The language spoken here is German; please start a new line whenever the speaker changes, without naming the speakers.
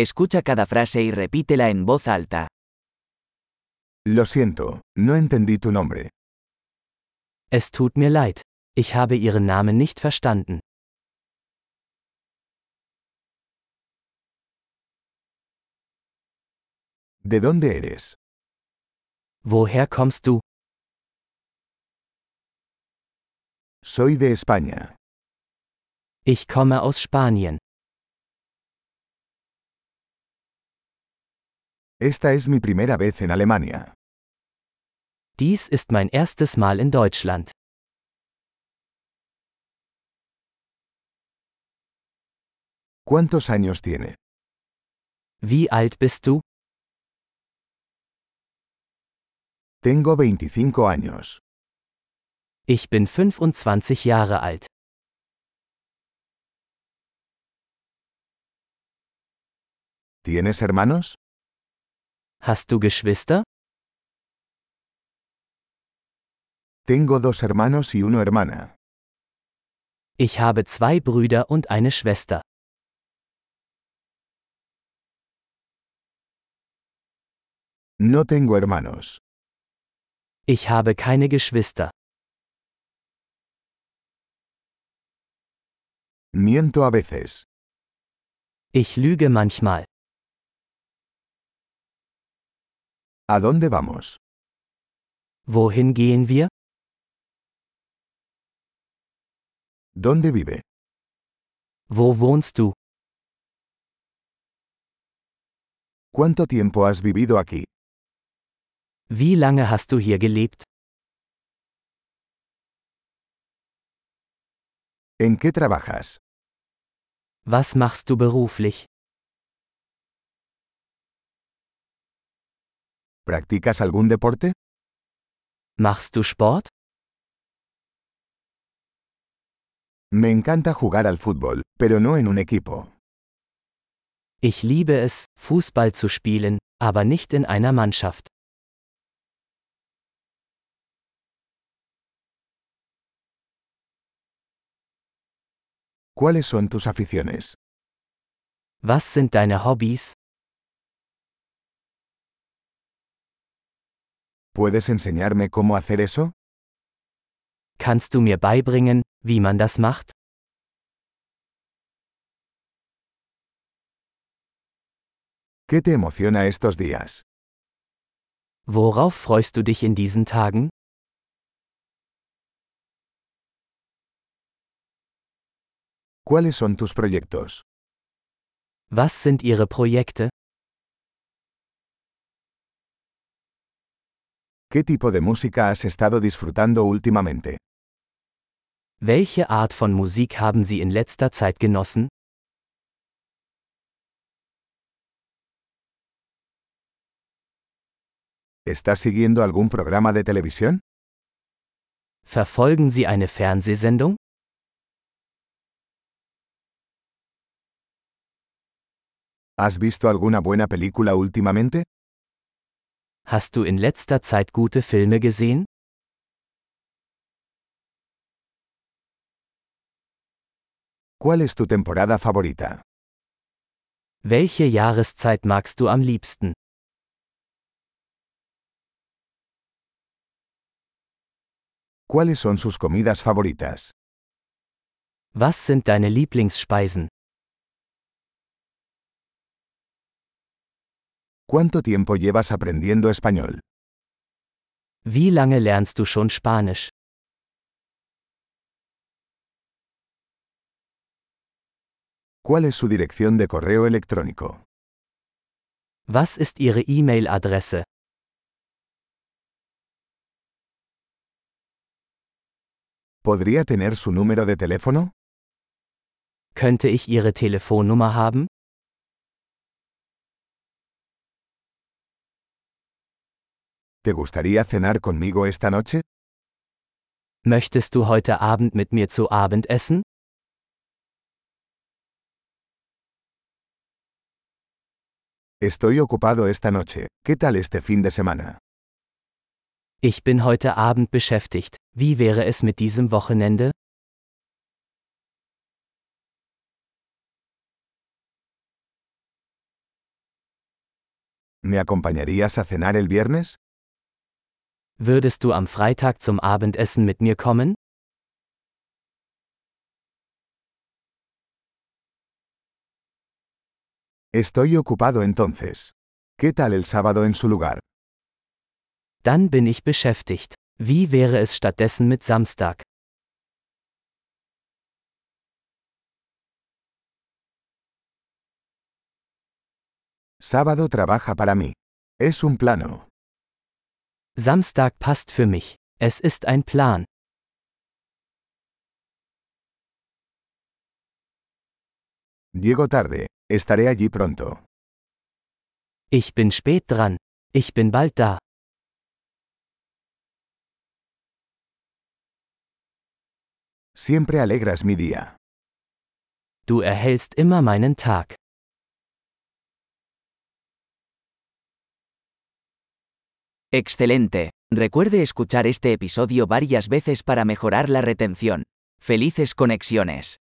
Escucha cada frase y repítela en voz alta.
Lo siento, no entendí tu nombre.
Es tut mir leid. Ich habe Ihren Namen nicht verstanden.
¿De dónde eres?
Woher kommst du?
Soy de España.
Ich komme aus Spanien.
Esta es mi primera vez en Alemania.
Dies ist mein erstes Mal in Deutschland.
¿Cuántos años tiene?
Wie alt bist du?
Tengo 25 años.
Ich bin 25 Jahre alt.
¿Tienes hermanos?
Hast du Geschwister?
Tengo dos hermanos y una hermana.
Ich habe zwei Brüder und eine Schwester.
No tengo hermanos.
Ich habe keine Geschwister.
Miento a veces.
Ich lüge manchmal.
¿A dónde vamos?
Wohin gehen wir?
¿Dónde vive?
Wo wohnst du?
¿Cuánto tiempo has vivido aquí?
Wie lange hast du hier gelebt?
¿En qué trabajas?
Was machst du beruflich?
¿Practicas algún deporte?
Machst du Sport?
Me encanta jugar al fútbol, pero no en un equipo.
Ich liebe es, Fußball zu spielen, aber nicht in einer Mannschaft.
¿Cuáles son tus aficiones?
Was sind deine Hobbys?
¿Puedes enseñarme cómo hacer eso?
Kannst du mir beibringen, wie man das macht?
¿Qué te emociona estos días?
Worauf freust du dich in diesen Tagen?
¿Cuáles son tus proyectos?
Was sind ihre Projekte?
¿Qué tipo de música has estado disfrutando últimamente?
Welche Art von Musik haben sie in letzter Zeit genossen?
¿Estás siguiendo algún programa de televisión?
Verfolgen sie eine Fernsehsendung?
¿Has visto alguna buena película últimamente?
Hast du in letzter Zeit gute Filme gesehen?
¿Cuál es tu temporada favorita?
Welche Jahreszeit magst du am liebsten?
¿Cuáles son sus comidas favoritas?
Was sind deine Lieblingsspeisen?
¿Cuánto tiempo llevas aprendiendo español?
Wie lange lernst du schon Spanisch?
¿Cuál es su dirección de correo electrónico?
Was ist ihre E-Mail-Adresse?
¿Podría tener su número de teléfono?
Könnte ich ihre Telefonnummer haben?
¿Te gustaría cenar conmigo esta noche?
Möchtest du heute Abend mit mir zu Abend essen?
Estoy ocupado esta noche. ¿Qué tal este fin de semana?
Ich bin heute Abend beschäftigt. Wie wäre es mit diesem Wochenende?
¿Me acompañarías a cenar el viernes?
Würdest du am Freitag zum Abendessen mit mir kommen?
Estoy ocupado entonces. ¿Qué tal el sábado en su lugar?
Dann bin ich beschäftigt. Wie wäre es stattdessen mit Samstag?
Sábado trabaja para mí. Es un plano.
Samstag passt für mich. Es ist ein Plan.
Llego tarde. Estaré allí pronto.
Ich bin spät dran. Ich bin bald da.
Siempre alegras mi día.
Du erhältst immer meinen Tag.
Excelente. Recuerde escuchar este episodio varias veces para mejorar la retención. Felices conexiones.